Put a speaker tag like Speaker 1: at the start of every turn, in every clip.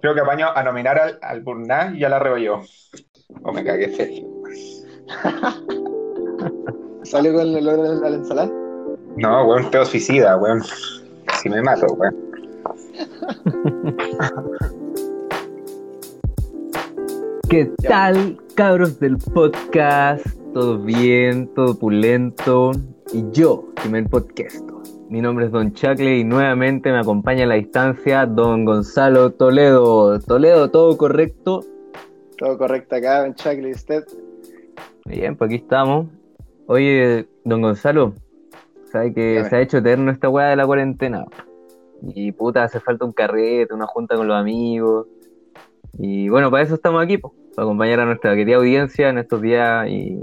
Speaker 1: Creo que apaño a nominar al, al Burnás y a la Rebollo. O me cagué serio.
Speaker 2: ¿Sale con el olor de la ensalada?
Speaker 1: No, weón, pedo suicida, weón. Si me mato, weón.
Speaker 3: ¿Qué
Speaker 2: Ya.
Speaker 3: tal, cabros del podcast? Todo bien, todo pulento. Y yo, Jimel Podcasto. Mi nombre es Don Chacle y nuevamente me acompaña a la distancia Don Gonzalo Toledo. Toledo, todo correcto.
Speaker 2: Todo correcto acá, en Chacli, usted.
Speaker 3: Bien, pues aquí estamos. Oye, Don Gonzalo, sabe que
Speaker 1: Dígame.
Speaker 3: se ha hecho eterno esta weá de la cuarentena. Y puta, hace falta un carrete, una junta con los amigos. Y bueno, para eso estamos aquí, po, para acompañar a nuestra querida audiencia en estos días y,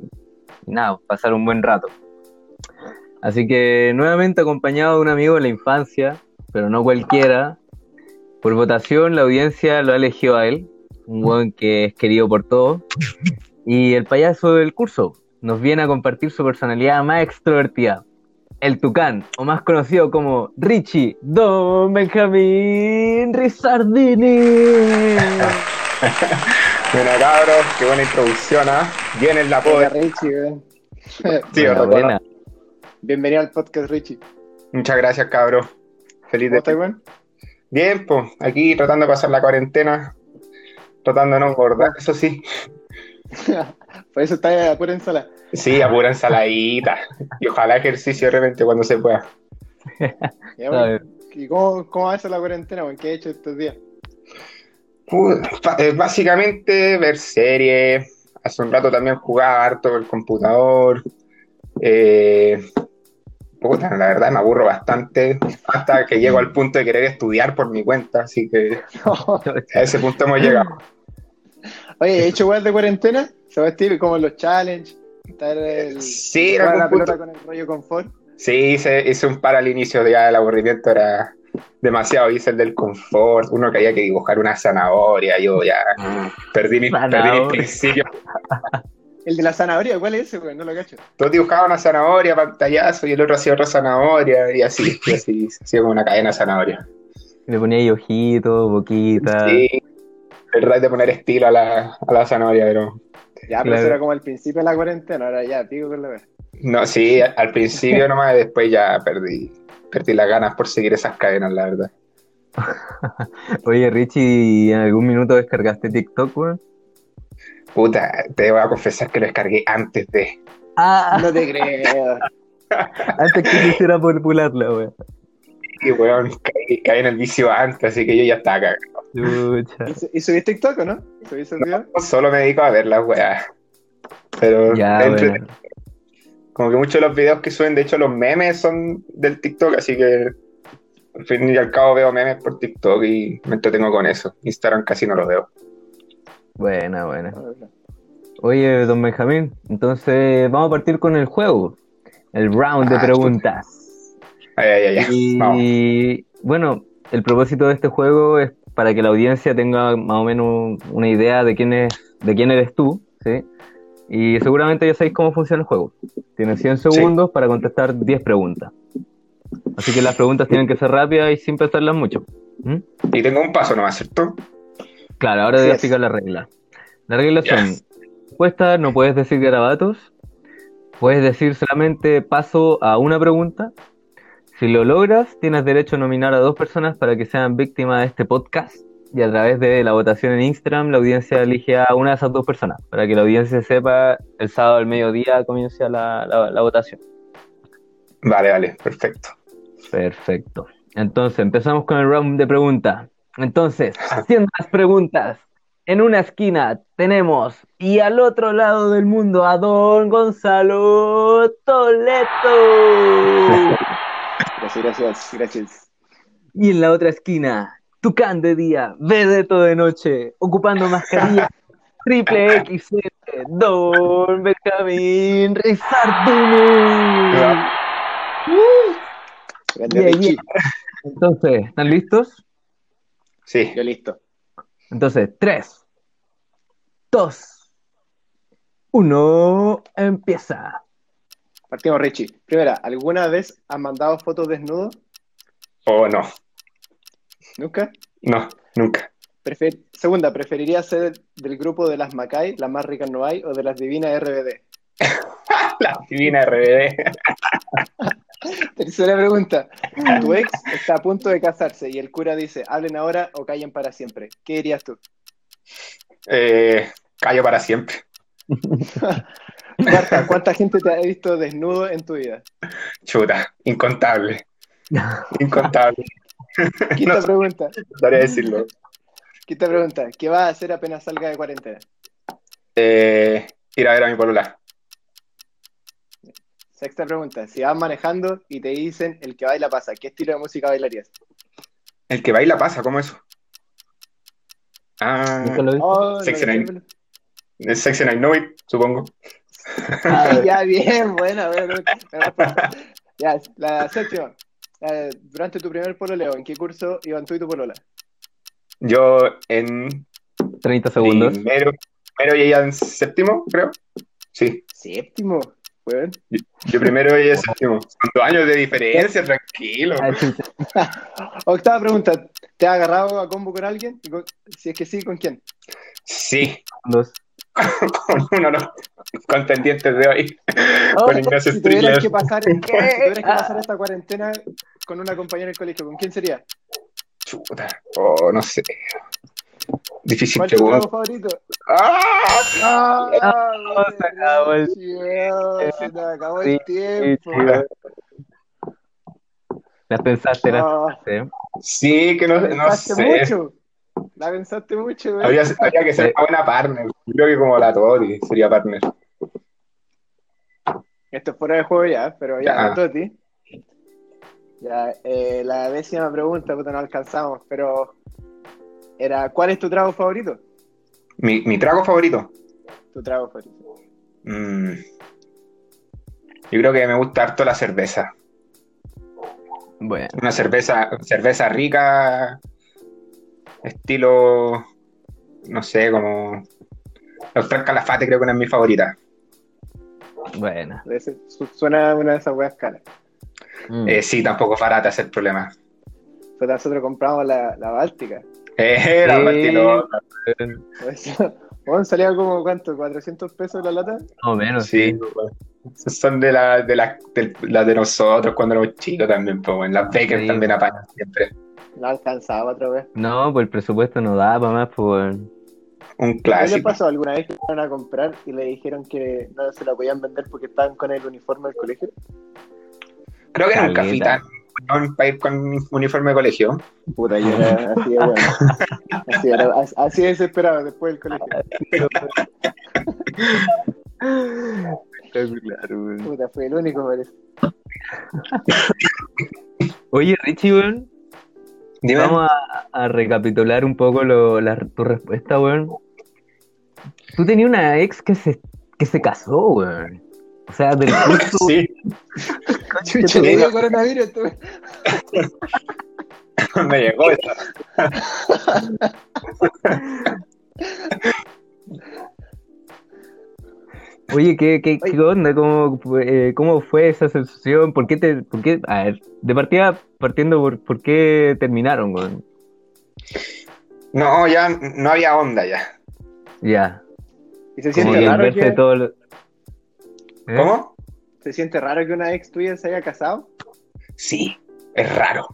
Speaker 3: y nada, pasar un buen rato. Así que nuevamente acompañado de un amigo de la infancia, pero no cualquiera. Por votación, la audiencia lo ha elegido a él, un buen que es querido por todos. Y el payaso del curso nos viene a compartir su personalidad más extrovertida. El Tucán, o más conocido como Richie Don Benjamín Rizardini.
Speaker 1: Bueno, cabros, qué buena introducción, ¿ah? Bien en la
Speaker 2: Hola,
Speaker 1: poder.
Speaker 2: Richie, weón.
Speaker 1: Sí,
Speaker 3: Buena,
Speaker 1: recuerdo.
Speaker 3: buena.
Speaker 2: Bienvenido al podcast, Richie. ¿Cómo
Speaker 1: Muchas gracias, cabros. Feliz de
Speaker 2: estás, weón?
Speaker 1: Bien, pues, aquí tratando de pasar la cuarentena, tratando de no engordar, eso sí.
Speaker 2: Por eso está a pura ensalada.
Speaker 1: Sí, a pura ensaladita. Y ojalá ejercicio de repente cuando se pueda.
Speaker 2: Ya,
Speaker 3: A
Speaker 2: weón.
Speaker 3: ver,
Speaker 2: ¿Y cómo, cómo va a ser la cuarentena, weón? ¿Qué he hecho estos días?
Speaker 1: Puh, pa- eh, Básicamente ver series. Hace un rato también jugaba harto por el computador. Eh, puta, la verdad me aburro bastante. Hasta que llego al punto de querer estudiar por mi cuenta. Así que a ese punto hemos llegado.
Speaker 2: Oye, ¿he hecho weón de cuarentena? ¿Se va a estir como los challenge? ¿Estar el.
Speaker 1: Sí, en
Speaker 2: jugar
Speaker 1: algún
Speaker 2: la
Speaker 1: punto-
Speaker 2: pelota con el rollo confort?
Speaker 1: Sí, hice, hice un par al inicio ya el aburrimiento era demasiado, hice el del confort, uno que había que dibujar una zanahoria, yo ya perdí mis, perdí mis
Speaker 3: Zanahoria.
Speaker 1: principios.
Speaker 2: ¿El de la zanahoria? ¿Cuál es ese, weón? No lo cacho.
Speaker 1: Todos dibujaban una zanahoria, pantallazo, y el otro hacía otra zanahoria, y así, y así, se hacía como una cadena de zanahoria.
Speaker 3: Le ponía ahí ojitos, boquita.
Speaker 1: Sí, verdad de poner estilo a la, a la zanahoria, pero...
Speaker 2: Ya, pero
Speaker 3: Claro.
Speaker 2: eso era como al principio de la cuarentena. Ahora ya, pico con la weón.
Speaker 1: No, sí, al principio nomás, y después ya perdí, perdí las ganas por seguir esas cadenas, la verdad.
Speaker 3: Oye, Richie, ¿en algún minuto descargaste TikTok, weón?
Speaker 1: Puta, te voy a confesar que lo descargué antes de...
Speaker 3: Ah,
Speaker 2: No te creo.
Speaker 3: antes que quisiera popularla, weón.
Speaker 1: Y weón, caí, caí en el vicio antes, así que yo ya estaba cagado.
Speaker 3: Chucha.
Speaker 2: ¿Y su- ¿Y subiste TikTok o no? ¿Subiste el video?
Speaker 1: Solo me dedico a ver las weas. Pero
Speaker 3: Ya,
Speaker 1: entre-
Speaker 3: bueno.
Speaker 1: como que muchos de los videos que suben, de hecho los memes son del TikTok, así que al fin y al cabo veo memes por TikTok y me entretengo con eso. Instagram casi no lo veo.
Speaker 3: Buena, buena. Oye, don Benjamín, entonces vamos a partir con el juego. El round de
Speaker 1: Ah,
Speaker 3: preguntas.
Speaker 1: Ay, ay, ay, ay. Vamos.
Speaker 3: Y bueno, el propósito de este juego es para que la audiencia tenga más o menos una idea de quién es, de quién eres tú, ¿sí? Y seguramente ya sabéis cómo funciona el juego. Tienes 100 segundos para contestar 10 preguntas. Así que las preguntas tienen que ser rápidas y sin pensarlas mucho.
Speaker 1: Y tengo un paso nomás, ¿cierto?
Speaker 3: Claro, ahora
Speaker 2: Así
Speaker 3: voy a
Speaker 2: es.
Speaker 3: explicar la regla. Las reglas
Speaker 1: Ya.
Speaker 3: son: respuesta, no puedes decir garabatos, puedes decir solamente paso a una pregunta. Si lo logras, tienes derecho a nominar a dos personas para que sean víctimas de este podcast. Y a través de la votación en Instagram, la audiencia elige a una de esas dos personas. Para que la audiencia sepa, el sábado al mediodía comienza la, la- la votación.
Speaker 1: Vale, vale, perfecto.
Speaker 3: Perfecto. Entonces, empezamos con el round de preguntas. Entonces, haciendo las preguntas, en una esquina tenemos y al otro lado del mundo a don Gonzalo Toleto.
Speaker 2: Gracias, gracias, gracias.
Speaker 3: Y en la otra esquina, Tucán de día, Vedeto de noche, ocupando mascarilla triple XL, don Benjamín Rizardini.
Speaker 2: Grande
Speaker 3: Bien,
Speaker 2: Richie.
Speaker 3: Entonces, ¿están listos?
Speaker 1: Sí,
Speaker 2: Yo listo.
Speaker 3: Entonces, 3, 2, 1, empieza.
Speaker 2: Partimos, Richie. Primera, ¿alguna vez has mandado fotos desnudo?
Speaker 1: o no,
Speaker 2: ¿Nunca?
Speaker 1: no, nunca.
Speaker 2: Prefer- Segunda, ¿preferiría ser del grupo de las Macay, las más ricas no hay, o de las divinas RBD?
Speaker 1: La divina RBD.
Speaker 2: Tercera pregunta. Tu ex está a punto de casarse y el cura dice, hablen ahora o callen para siempre. ¿Qué dirías tú?
Speaker 1: Eh, callo para siempre.
Speaker 2: Marta, ¿cuánta gente te ha visto desnudo en tu vida?
Speaker 1: Chuta, incontable. Incontable.
Speaker 2: Quinta
Speaker 1: No sé.
Speaker 2: pregunta.
Speaker 1: Podría decirlo.
Speaker 2: Quinta pregunta. ¿Qué vas a hacer apenas salga de cuarentena?
Speaker 1: Eh, ir a ver a mi polola.
Speaker 2: Sexta pregunta. Si vas manejando y te dicen el que baila pasa, ¿qué estilo de música bailarías?
Speaker 1: El que baila pasa, ¿cómo eso? Ah,
Speaker 3: Nunca lo vi.
Speaker 2: Oh,
Speaker 1: Sexy
Speaker 2: no,
Speaker 1: Nine.
Speaker 2: no, no.
Speaker 1: el Sex and I Know It, supongo.
Speaker 2: Ah, ya, bien, buena, buena. buena respuesta. Ya, la séptima. Eh, durante tu primer pololeo, ¿en qué curso iban tú y tu polola?
Speaker 1: Yo en
Speaker 3: 30 segundos.
Speaker 1: primero, primero y ella en séptimo, creo. Sí,
Speaker 2: Séptimo, weón.
Speaker 1: yo primero y ella en séptimo. Son dos años de diferencia, tranquilo.
Speaker 3: Ah, chucha.
Speaker 2: Octava pregunta. ¿Te has agarrado a combo con alguien? ¿Y con- Si es que sí, ¿con quién?
Speaker 1: Sí,
Speaker 3: Dos.
Speaker 1: con uno de los contendientes de hoy. con Ignacio
Speaker 2: si tuvieras
Speaker 1: Strickler.
Speaker 2: que pasar, si tuvieras que
Speaker 3: Ah.
Speaker 2: pasar esta cuarentena con una compañera del colegio, ¿con quién sería?
Speaker 1: Chuta, oh, no sé. Difícil
Speaker 2: ¿Cuál es tu
Speaker 1: pregunta.
Speaker 2: trago favorito?
Speaker 1: ¡Ah!
Speaker 2: ¡Ah!
Speaker 3: se acabó el-
Speaker 2: Dios, se nos acabó
Speaker 3: Sí,
Speaker 2: el tiempo.
Speaker 3: Las pensaste, las
Speaker 2: Ah,
Speaker 3: pensaste.
Speaker 1: Sí, que no,
Speaker 2: la
Speaker 1: no
Speaker 2: pensaste
Speaker 1: sé.
Speaker 2: mucho. La pensaste mucho, güey.
Speaker 1: Habría, habría que ser
Speaker 3: Sí.
Speaker 1: una buena partner. Creo que como la Tori sería partner.
Speaker 2: Esto es fuera de juego ya, pero ya,
Speaker 1: Ya.
Speaker 2: no Toti. Ya, eh, la décima pregunta, puta, no alcanzamos, pero era, ¿cuál es tu trago favorito?
Speaker 1: Mi, mi trago favorito.
Speaker 2: Tu trago favorito.
Speaker 1: Mm. Yo creo que me gusta harto la cerveza.
Speaker 3: Bueno,
Speaker 1: Una cerveza, cerveza rica, estilo, no sé, como... Los tres calafates creo que una es mi favorita.
Speaker 3: bueno.
Speaker 2: Ese- su- suena una de esas weas caras.
Speaker 3: Mm.
Speaker 1: Eh, sí, tampoco es barata, ese es el problema.
Speaker 2: Pero nosotros compramos la, la Báltica.
Speaker 1: Eh, la
Speaker 3: Sí.
Speaker 1: Bartiló,
Speaker 2: Por eso, weón, salía como, ¿cuánto? ¿400 pesos la lata?
Speaker 3: Más o menos,
Speaker 1: Sí.
Speaker 3: sí. pues,
Speaker 1: Esas Son de las de, la, del- las de nosotros cuando éramos chicos también, pues, bueno. Las Becker
Speaker 3: Sí.
Speaker 1: también apañan siempre.
Speaker 2: No alcanzaba otra vez.
Speaker 3: No, pues el presupuesto no da para más, pues.
Speaker 1: Un
Speaker 2: ¿Qué le
Speaker 1: clásico.
Speaker 2: pasó alguna vez que fueron a comprar y le dijeron que no se la podían vender porque estaban con el uniforme del colegio?
Speaker 1: Creo que nunca fui
Speaker 3: Caleta.
Speaker 1: tan weón para ir con mi uniforme de colegio.
Speaker 2: Puta, yo era así de bueno. Así, era, as- así de desesperado después del colegio.
Speaker 1: Ah.
Speaker 2: Puta, fue el único, parece.
Speaker 3: Oye, Richie, weón,
Speaker 1: Dime,
Speaker 3: vamos a, a recapitular un poco lo- la- tu respuesta, weón. Tú tenías una ex que se, que se casó, weón. O sea, del curso
Speaker 1: sí,
Speaker 2: Chucha,
Speaker 1: te
Speaker 2: le
Speaker 1: digo?
Speaker 2: dio coronavirus. tú.
Speaker 1: me llegó esa.
Speaker 3: Oye, ¿qué, qué,
Speaker 2: Oye.
Speaker 3: qué onda? ¿Cómo, fue- eh, cómo fue esa sensación? ¿Por qué te...? Por qué, a ver, de partida, partiendo por por qué terminaron, weón.
Speaker 1: No, ya no había onda ya.
Speaker 3: Ya.
Speaker 2: Y se
Speaker 3: Como
Speaker 2: siente,
Speaker 3: que
Speaker 2: raro
Speaker 3: verte
Speaker 2: que,
Speaker 3: todo lo- ¿Eh?
Speaker 1: ¿Cómo?
Speaker 2: se siente raro que una ex tuya se haya casado.
Speaker 1: Sí, es raro.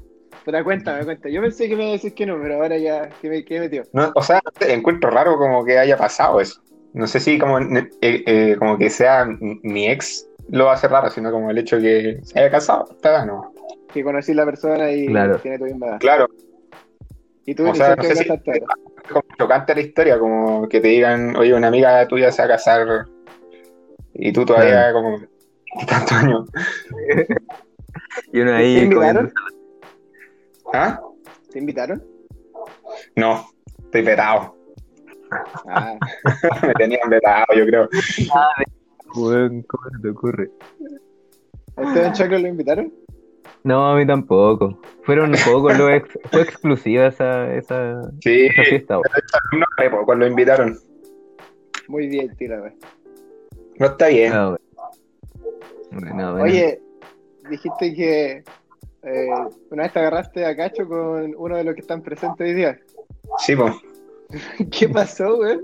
Speaker 2: Puta, cuéntame, cuéntame. Yo pensé que me iba a decir que no, pero ahora ya, ¿qué me, qué metió?
Speaker 1: No, o sea, no sé, encuentro raro como que haya pasado eso. No sé si como, eh, eh, como que sea mi mi ex lo hace raro, sino como el hecho que se haya casado. Está, no.
Speaker 2: Que conocí a la persona y
Speaker 3: Claro.
Speaker 2: tiene tu misma edad.
Speaker 1: Claro,
Speaker 2: Y tú
Speaker 1: O sea,
Speaker 2: hiciste
Speaker 1: no sé si-
Speaker 2: casaste ahora.
Speaker 1: es como chocante la historia, como que te digan, oye, una amiga tuya se va a casar y tú todavía como tantos años.
Speaker 3: Y uno
Speaker 2: ¿Te
Speaker 3: ahí...
Speaker 2: invitaron?
Speaker 3: comiendo-
Speaker 1: ¿Ah?
Speaker 2: ¿Te invitaron?
Speaker 1: No, estoy vetado.
Speaker 2: Ah,
Speaker 1: Me tenían vetado, yo creo.
Speaker 3: Weón, ¿cómo se te ocurre?
Speaker 2: ¿a usted en Chacro ¿este lo invitaron?
Speaker 3: No, a mí tampoco. Fueron pocos los ex- fue exclusiva esa, esa,
Speaker 1: Sí,
Speaker 3: esa fiesta. weón.
Speaker 1: no sé, po, cuando lo invitaron.
Speaker 2: Muy bien, tira, güey.
Speaker 1: No está bien.
Speaker 3: No, weón. No, weón.
Speaker 2: Oye, dijiste que eh, una vez te agarraste a cacho con uno de los que están presentes hoy día.
Speaker 1: Sí, pues.
Speaker 2: ¿Qué pasó, weón?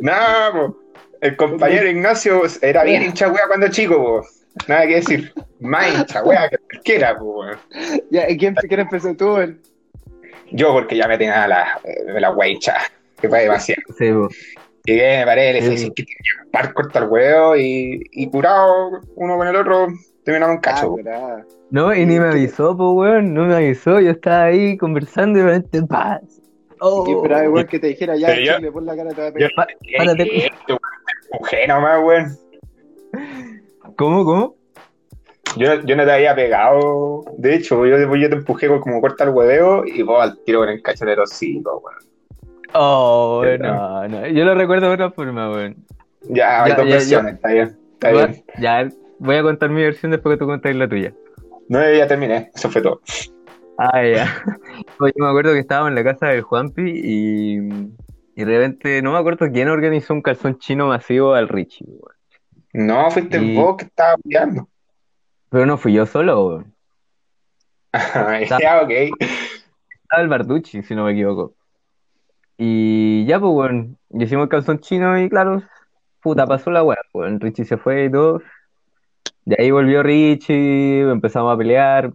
Speaker 1: No, po. el compañero Ignacio era bien hincha wea cuando chico, po. Nada que decir. Más hincha wea que cualquiera, po, weón.
Speaker 2: Ya, ¿y ¿quién, quién empezó tú, weón?
Speaker 1: Yo, porque ya me tenía la, eh, la wea hincha, que fue demasiado.
Speaker 3: Sí, po.
Speaker 1: Llegué, me paré, les dije que tenía que par cortar el huevo y, y curado uno con el otro, terminamos un cacho, po.
Speaker 2: Ah,
Speaker 3: No, y ni me avisó, pues, weón. No me avisó. Yo estaba ahí conversando y de repente, ¡paz!
Speaker 2: oh,
Speaker 3: ¡Oh!
Speaker 2: ¿Qué esperaba, weón, que te dijera ya,
Speaker 1: Pero yo-
Speaker 2: Chile, pon la cara, te va a
Speaker 1: Yo
Speaker 2: pegar?
Speaker 3: Pa- párate.
Speaker 1: Eh, te empujé nomás, weón.
Speaker 3: ¿Cómo, cómo?
Speaker 1: Yo, yo no te había pegado. De hecho, yo, yo te empujé con- como corta el hueveo y vos al tiro con el cacho de los cinco, weón.
Speaker 3: Oh,
Speaker 1: Sí,
Speaker 3: no, no. Yo lo recuerdo de otra forma, weón.
Speaker 1: Ya, hay
Speaker 3: Ya,
Speaker 1: dos
Speaker 3: ya,
Speaker 1: versiones, está bien. Está
Speaker 3: Igual,
Speaker 1: bien.
Speaker 3: Ya, voy a contar mi versión después que tú contáis la tuya.
Speaker 1: No, yo ya terminé, eso fue todo.
Speaker 3: Ah, ya. Oye, me acuerdo que estábamos en la casa del Juanpi y, y de repente, no me acuerdo quién organizó un calzón chino masivo al Richie, weón.
Speaker 1: No, fuiste
Speaker 3: Y-
Speaker 1: vos que estabas peleando.
Speaker 3: Pero no fui yo solo, weón.
Speaker 1: ya, ok.
Speaker 3: Estaba el Barducci, si no me equivoco. Y ya, pues, weón, hicimos el calzón chino y claro, puta, pasó la weá, weón. Richie se fue y todo. De ahí volvió Richie, empezamos a pelear.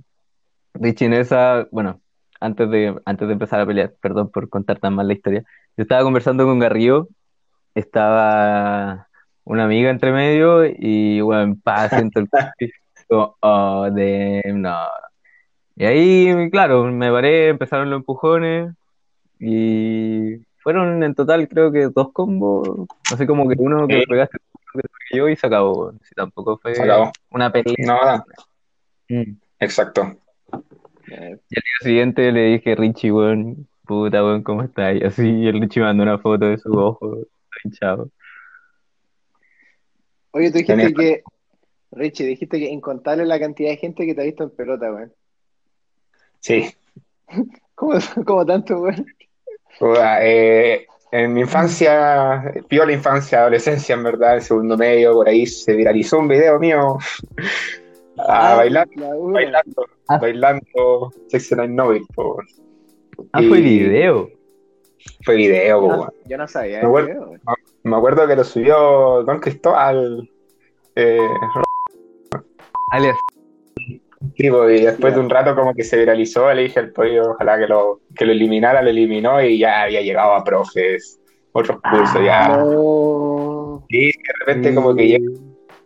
Speaker 3: Richie en esa, bueno, antes de, antes de empezar a pelear, perdón por contar tan mal la historia. Yo estaba conversando con Garrido, estaba una amiga entre medio y, weón, pa, siento el como, oh, damn, no. Y ahí, claro, me paré, empezaron los empujones y fueron en total creo que dos combos, no sé, como que uno que
Speaker 1: Sí.
Speaker 3: pegaste, uno que pegué yo y se acabó. weón. Si tampoco fue
Speaker 1: Se acabó.
Speaker 3: una pelea.
Speaker 1: No, no,
Speaker 3: Mm. Y
Speaker 1: exacto.
Speaker 2: Eh,
Speaker 3: al siguiente le dije, Richie, weón, puta, weón, ¿cómo estás? Y así, y el Richie mandó una foto de su ojo, hinchado.
Speaker 2: Oye, tú dijiste
Speaker 1: Tenés-
Speaker 2: que, Richie, dijiste que incontable la cantidad de gente que te ha visto en pelota, weón.
Speaker 1: Sí.
Speaker 2: ¿Cómo, cómo tanto, weón?
Speaker 1: Puta, eh, en mi infancia, vio la infancia, adolescencia, en verdad, en segundo medio, por ahí se viralizó un video mío a bailar.
Speaker 2: Ah, La una.
Speaker 1: bailando,
Speaker 3: Ah.
Speaker 1: bailando Section 9 Novel, po. weón.
Speaker 3: Ah, fue
Speaker 1: Y-
Speaker 3: video.
Speaker 1: Fue video, po,
Speaker 2: Ah,
Speaker 1: weón.
Speaker 2: yo no sabía.
Speaker 1: Me vuel-
Speaker 2: creo, weón.
Speaker 1: Me acuerdo que lo subió Don Cristóbal, eh,
Speaker 3: Alias,
Speaker 1: tipo, pues, y después de un rato como que se viralizó, le dije al pollo, ojalá que lo, que lo eliminara, lo eliminó y ya había llegado a profes, otros cursos ya.
Speaker 2: No.
Speaker 1: Y de repente como ah. que llega,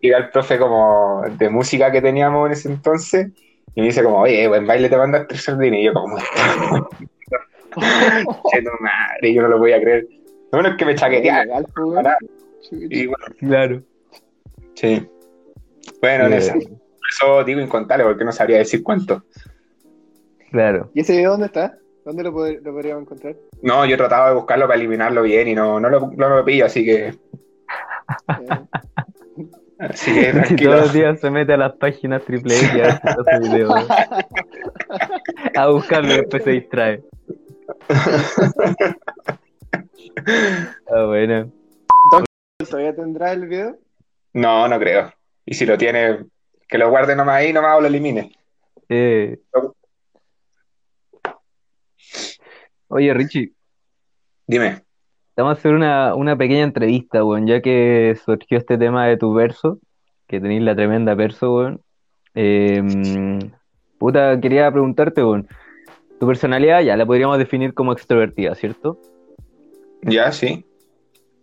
Speaker 1: llega el profe como de música que teníamos en ese entonces y me dice como, oye, buen baile te mandas tres sardines. Y yo como, che, tu madre, yo no lo voy a creer. Lo bueno es que me chaquetearon.
Speaker 2: Legal, pues, weón.
Speaker 1: pará.
Speaker 2: Chuta.
Speaker 1: Y bueno,
Speaker 3: claro.
Speaker 1: sí. Bueno, en
Speaker 3: Eh,
Speaker 1: esa. Por eso digo incontable, porque no sabría decir cuánto.
Speaker 3: Claro.
Speaker 2: ¿Y ese video dónde está? ¿Dónde lo, pod- lo podríamos encontrar?
Speaker 1: No, yo trataba de buscarlo para eliminarlo bien y no, no, lo, no lo pillo, así que.
Speaker 2: Eh,
Speaker 1: Así que
Speaker 3: Si
Speaker 1: tranquilo.
Speaker 3: todos los días se mete a las páginas triple X y a, ver si hace video, weón. a buscarlo y después se distrae. Ah, bueno.
Speaker 2: ¿Todavía tendrá el video?
Speaker 1: No, no creo. Y si lo tiene, que lo guarde nomás ahí, nomás o lo elimine.
Speaker 3: Eh. Oye, Richie,
Speaker 1: Dime.
Speaker 3: te vamos a hacer una, una pequeña entrevista, weón, ya que surgió este tema de tu verso, que tenéis la tremenda verso, weón. Eh, mm, puta, quería preguntarte, weón, tu personalidad ya la podríamos definir como extrovertida, ¿cierto?
Speaker 1: Ya, sí.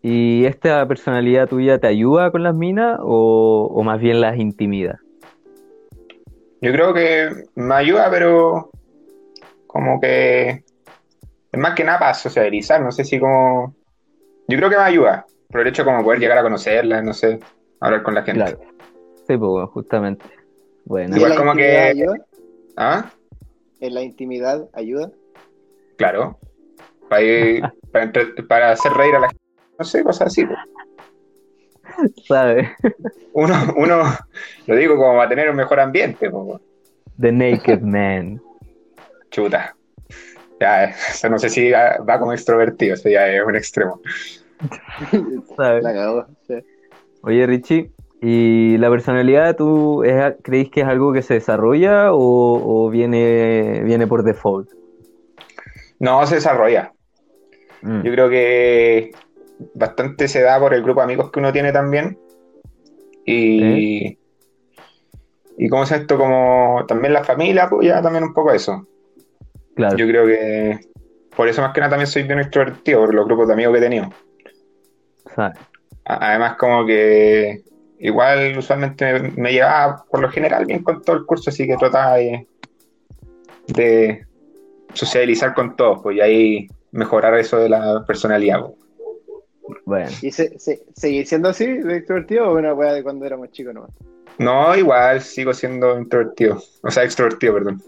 Speaker 3: ¿Y esta personalidad tuya te ayuda con las minas o, o más bien las intimida?
Speaker 1: Yo creo que me ayuda, pero. Como que. Es más que nada para socializar, no sé si como. Yo creo que me ayuda. Por el hecho como poder llegar a conocerla, no sé. Hablar con la gente.
Speaker 3: Claro. Sí, pues, weón, justamente. Bueno,
Speaker 2: ¿Y
Speaker 1: Igual
Speaker 2: en la
Speaker 1: como que-
Speaker 2: intimidad ayuda?
Speaker 1: ¿Ah?
Speaker 2: ¿En la intimidad ayuda?
Speaker 1: Claro. Para, ir- para, entre- para hacer reír a la gente. No sé, cosas así. pues.
Speaker 3: ¿sabes?
Speaker 1: Uno, uno, lo digo como va a tener un mejor ambiente. po.
Speaker 3: The Naked Man.
Speaker 1: Chuta. Ya, eh, o sea, no sé si va, va como extrovertido, eso ya es un extremo.
Speaker 3: ¿sabes?
Speaker 2: La cagó. sí.
Speaker 3: Oye, Richie, ¿y la personalidad tú es, a- creís que es algo que se desarrolla o, o viene, viene por default?
Speaker 1: No, se desarrolla.
Speaker 3: Mm.
Speaker 1: Yo creo que bastante se da por el grupo de amigos que uno tiene también. Y. Y cómo es esto, como también la familia apoya también un poco eso.
Speaker 3: Claro.
Speaker 1: Yo creo que. Por eso más que nada también soy bien extrovertido, por los grupos de amigos que he tenido.
Speaker 3: ¿sabes?
Speaker 1: A- Además, como que igual usualmente me, me llevaba por lo general bien con todo el curso, así que trataba de, de socializar con todos, pues, y ahí mejorar eso de la personalidad. pues.
Speaker 3: Bueno,
Speaker 2: ¿Y se, se- seguir siendo así de extrovertido o una weá de cuando éramos chicos nomás?
Speaker 1: No, igual sigo siendo introvertido, o sea, extrovertido, perdón.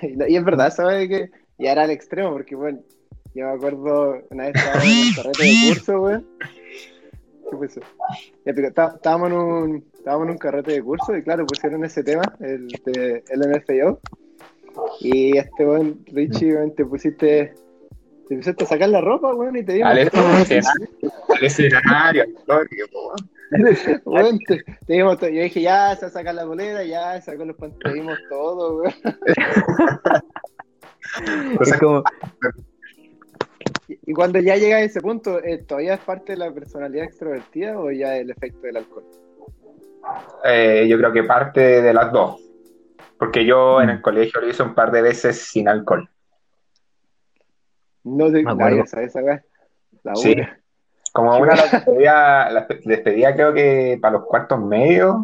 Speaker 2: Y es verdad, ¿sabes? Que ya era al extremo, porque, bueno, yo me acuerdo una vez estábamos en un carrete de curso, weón. ¿Qué fue eso? Ya, pero está- Estábamos en, un, estábamos en un carrete de curso y, claro, pusieron ese tema, el de LMFAO. Y este, weón, Richie, weón, te pusiste. Te pusiste a sacar la ropa, weón, y te dimos.
Speaker 1: Al escenario, al escenario, al toque, po.
Speaker 2: Weón, te, te dimos todo. Yo dije, ya, se va a sacar la bolera, ya, sacó los pantalones, te dimos todo, weón.
Speaker 1: O sea,
Speaker 3: es como,
Speaker 2: Y y cuando ya llega a ese punto, eh, ¿todavía es parte de la personalidad extrovertida o ya el efecto del alcohol?
Speaker 1: eh, yo creo que parte de las dos. Porque yo en el colegio lo hice un par de veces sin alcohol.
Speaker 2: No te
Speaker 3: Me acuerdo.
Speaker 2: nadie sabe esa weá. La
Speaker 1: Sí.
Speaker 2: una.
Speaker 1: Como una la despedida, la despedida creo que para los cuartos medios,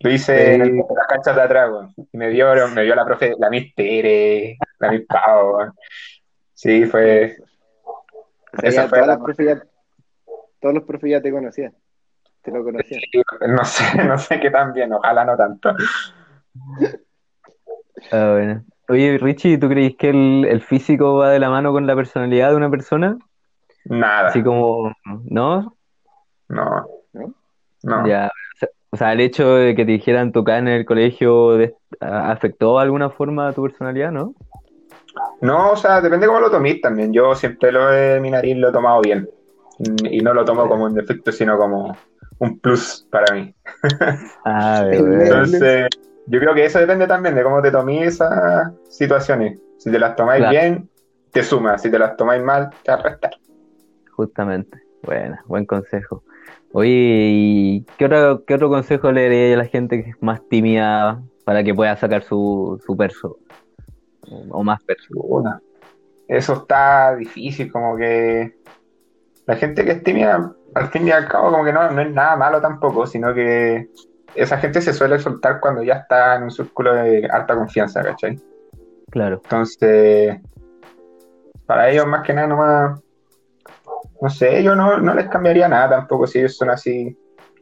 Speaker 1: lo hice en
Speaker 3: Sí.
Speaker 1: las canchas de atrás, weón. Y me vio, me vio la profe, la Miss Tere, la Miss Pau, weón. Sí, fue.
Speaker 2: O sea,
Speaker 1: Esa
Speaker 2: ya
Speaker 1: fue
Speaker 2: todas
Speaker 1: la-
Speaker 2: las profes ya- todos los profes ya te conocían. Te lo conocían.
Speaker 1: No sé, no sé qué tan bien, ojalá no tanto.
Speaker 3: ah, bueno. Oye, Richie, ¿tú crees que el, el físico va de la mano con la personalidad de una persona?
Speaker 1: Nada.
Speaker 3: Así como, ¿no?
Speaker 1: No.
Speaker 2: ¿No?
Speaker 1: No.
Speaker 3: Ya. o sea- O sea, el hecho de que te dijeran tocar en el colegio de- a- afectó de alguna forma a tu personalidad, ¿no?
Speaker 1: No, o sea, depende cómo lo tomís también. Yo siempre lo de mi nariz lo he tomado bien. Mm, Y no lo tomo como un defecto, sino como un plus para mí.
Speaker 3: Ah,
Speaker 2: Sí,
Speaker 3: bueno.
Speaker 2: claro.
Speaker 1: Entonces, yo creo que eso depende también de cómo te toméis esas situaciones. Si te las tomáis
Speaker 3: Claro.
Speaker 1: bien, te suma. Si te las tomáis mal, te va a restar.
Speaker 3: Justamente. Bueno, buen consejo. Oye, ¿y qué otro, qué otro consejo le daría a la gente que es más tímida para que pueda sacar su, su perso? O más perso.
Speaker 1: Puta. Eso está difícil, como que la gente que es tímida, al fin y al cabo, como que no, no es nada malo tampoco, sino que esa gente se suele soltar cuando ya está en un círculo de harta confianza, ¿cachai?
Speaker 3: Claro.
Speaker 1: Entonces, para ellos más que nada nomás, no sé, yo no, no les cambiaría nada tampoco si ellos son así,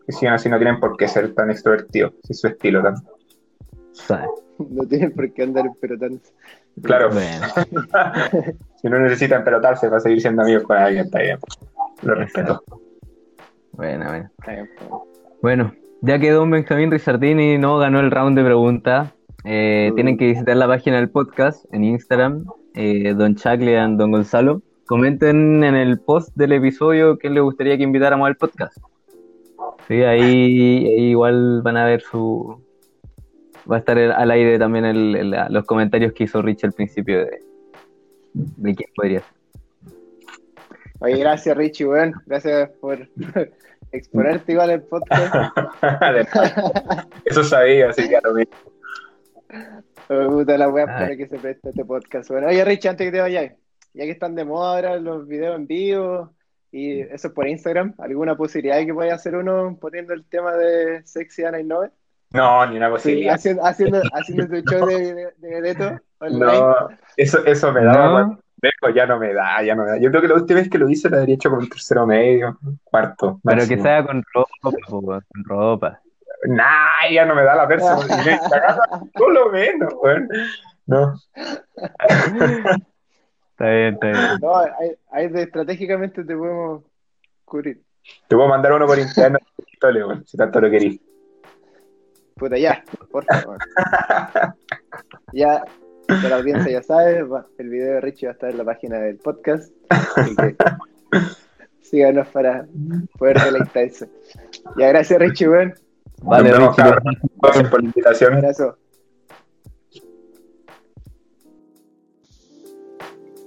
Speaker 1: si son así no tienen por qué ser tan extrovertidos, si es su estilo tan.
Speaker 3: ¿sabes?
Speaker 2: No tienen por qué andar pelotando.
Speaker 1: Claro,
Speaker 3: Bueno,
Speaker 1: si no necesitan pelotarse para seguir siendo amigos con alguien, está bien. Lo respeto.
Speaker 3: bueno, bueno.
Speaker 2: Está bien, pues.
Speaker 3: Bueno, ya quedó Benjamín Rizardini, no ganó el round de preguntas. Eh,
Speaker 2: Mm.
Speaker 3: Tienen que visitar la página del podcast en Instagram, eh, Don Chacle and Don Gonzalo. Comenten en el post del episodio que les gustaría que invitáramos al podcast. Sí, ahí, ahí igual van a ver su... Va a estar el- al aire también el- el- la- los comentarios que hizo Rich al principio de, de quién podría ser.
Speaker 2: Oye, gracias Richie, weón. Gracias por exponerte igual el podcast.
Speaker 1: Eso sabía, así que a lo mismo.
Speaker 2: Me gusta la weá
Speaker 3: Ay.
Speaker 2: para que se preste este podcast. Bueno, oye Richie, antes que te vayas, ya que están de moda ahora los videos en vivo y eso es por Instagram, ¿alguna posibilidad de que pueda hacer uno poniendo el tema de Sexy Ana Innove?
Speaker 1: No, ni una
Speaker 2: Sí,
Speaker 1: posibilidad.
Speaker 2: haciendo, haciendo, haciendo tu show de, de, de Beto online.
Speaker 1: No, eso, eso me daba
Speaker 3: No.
Speaker 1: cuando- Dejo, ya no me da, ya no me da. Yo creo que la última vez que lo hice lo habría hecho como un tercero medio, cuarto.
Speaker 3: Pero que
Speaker 1: máximo.
Speaker 3: sea con ropa, po, con ropa.
Speaker 1: Nah, ya no me da la personalidad. Por lo menos, weón. No.
Speaker 3: Está bien, está bien.
Speaker 2: No, ahí, ahí de- estratégicamente te podemos cubrir.
Speaker 1: Te puedo mandar uno por interno, dale, weón, si tanto lo querís.
Speaker 2: Puta, ya, por favor. Ya, ya la audiencia ya sabe, va- el video de Richie va a estar en la página del podcast. Así que síganos para poder deleitarse. Ya, gracias Richie, buen
Speaker 3: Vale,
Speaker 1: Nos vemos,
Speaker 3: Richie,
Speaker 1: cabrón. Gracias por la invitación.
Speaker 2: abrazo.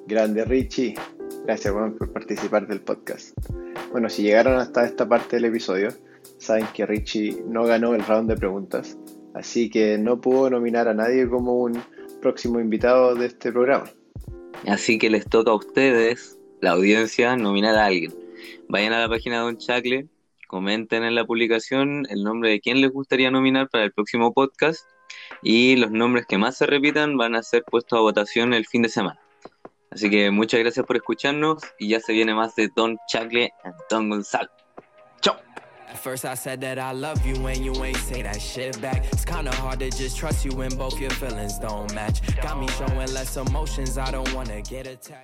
Speaker 2: Grande Richie. Gracias, weón, por participar del podcast. Bueno, si llegaron hasta esta parte del episodio, saben que Richie no ganó el round de preguntas, así que no pudo nominar a nadie como un próximo invitado de este programa.
Speaker 4: Así que les toca a ustedes, la audiencia, nominar a alguien. Vayan a la página de Don Chacle, comenten en la publicación el nombre de quién les gustaría nominar para el próximo podcast y los nombres que más se repitan van a ser puestos a votación el fin de semana. Así que muchas gracias por escucharnos y ya se viene más de Don Chacle y Don Gonzalo. ¡Chao!
Speaker 5: At first, I said that I love you and you ain't say that shit back. It's kinda hard to just trust you when both your feelings don't match. Got me showing less emotions, I don't wanna get attached.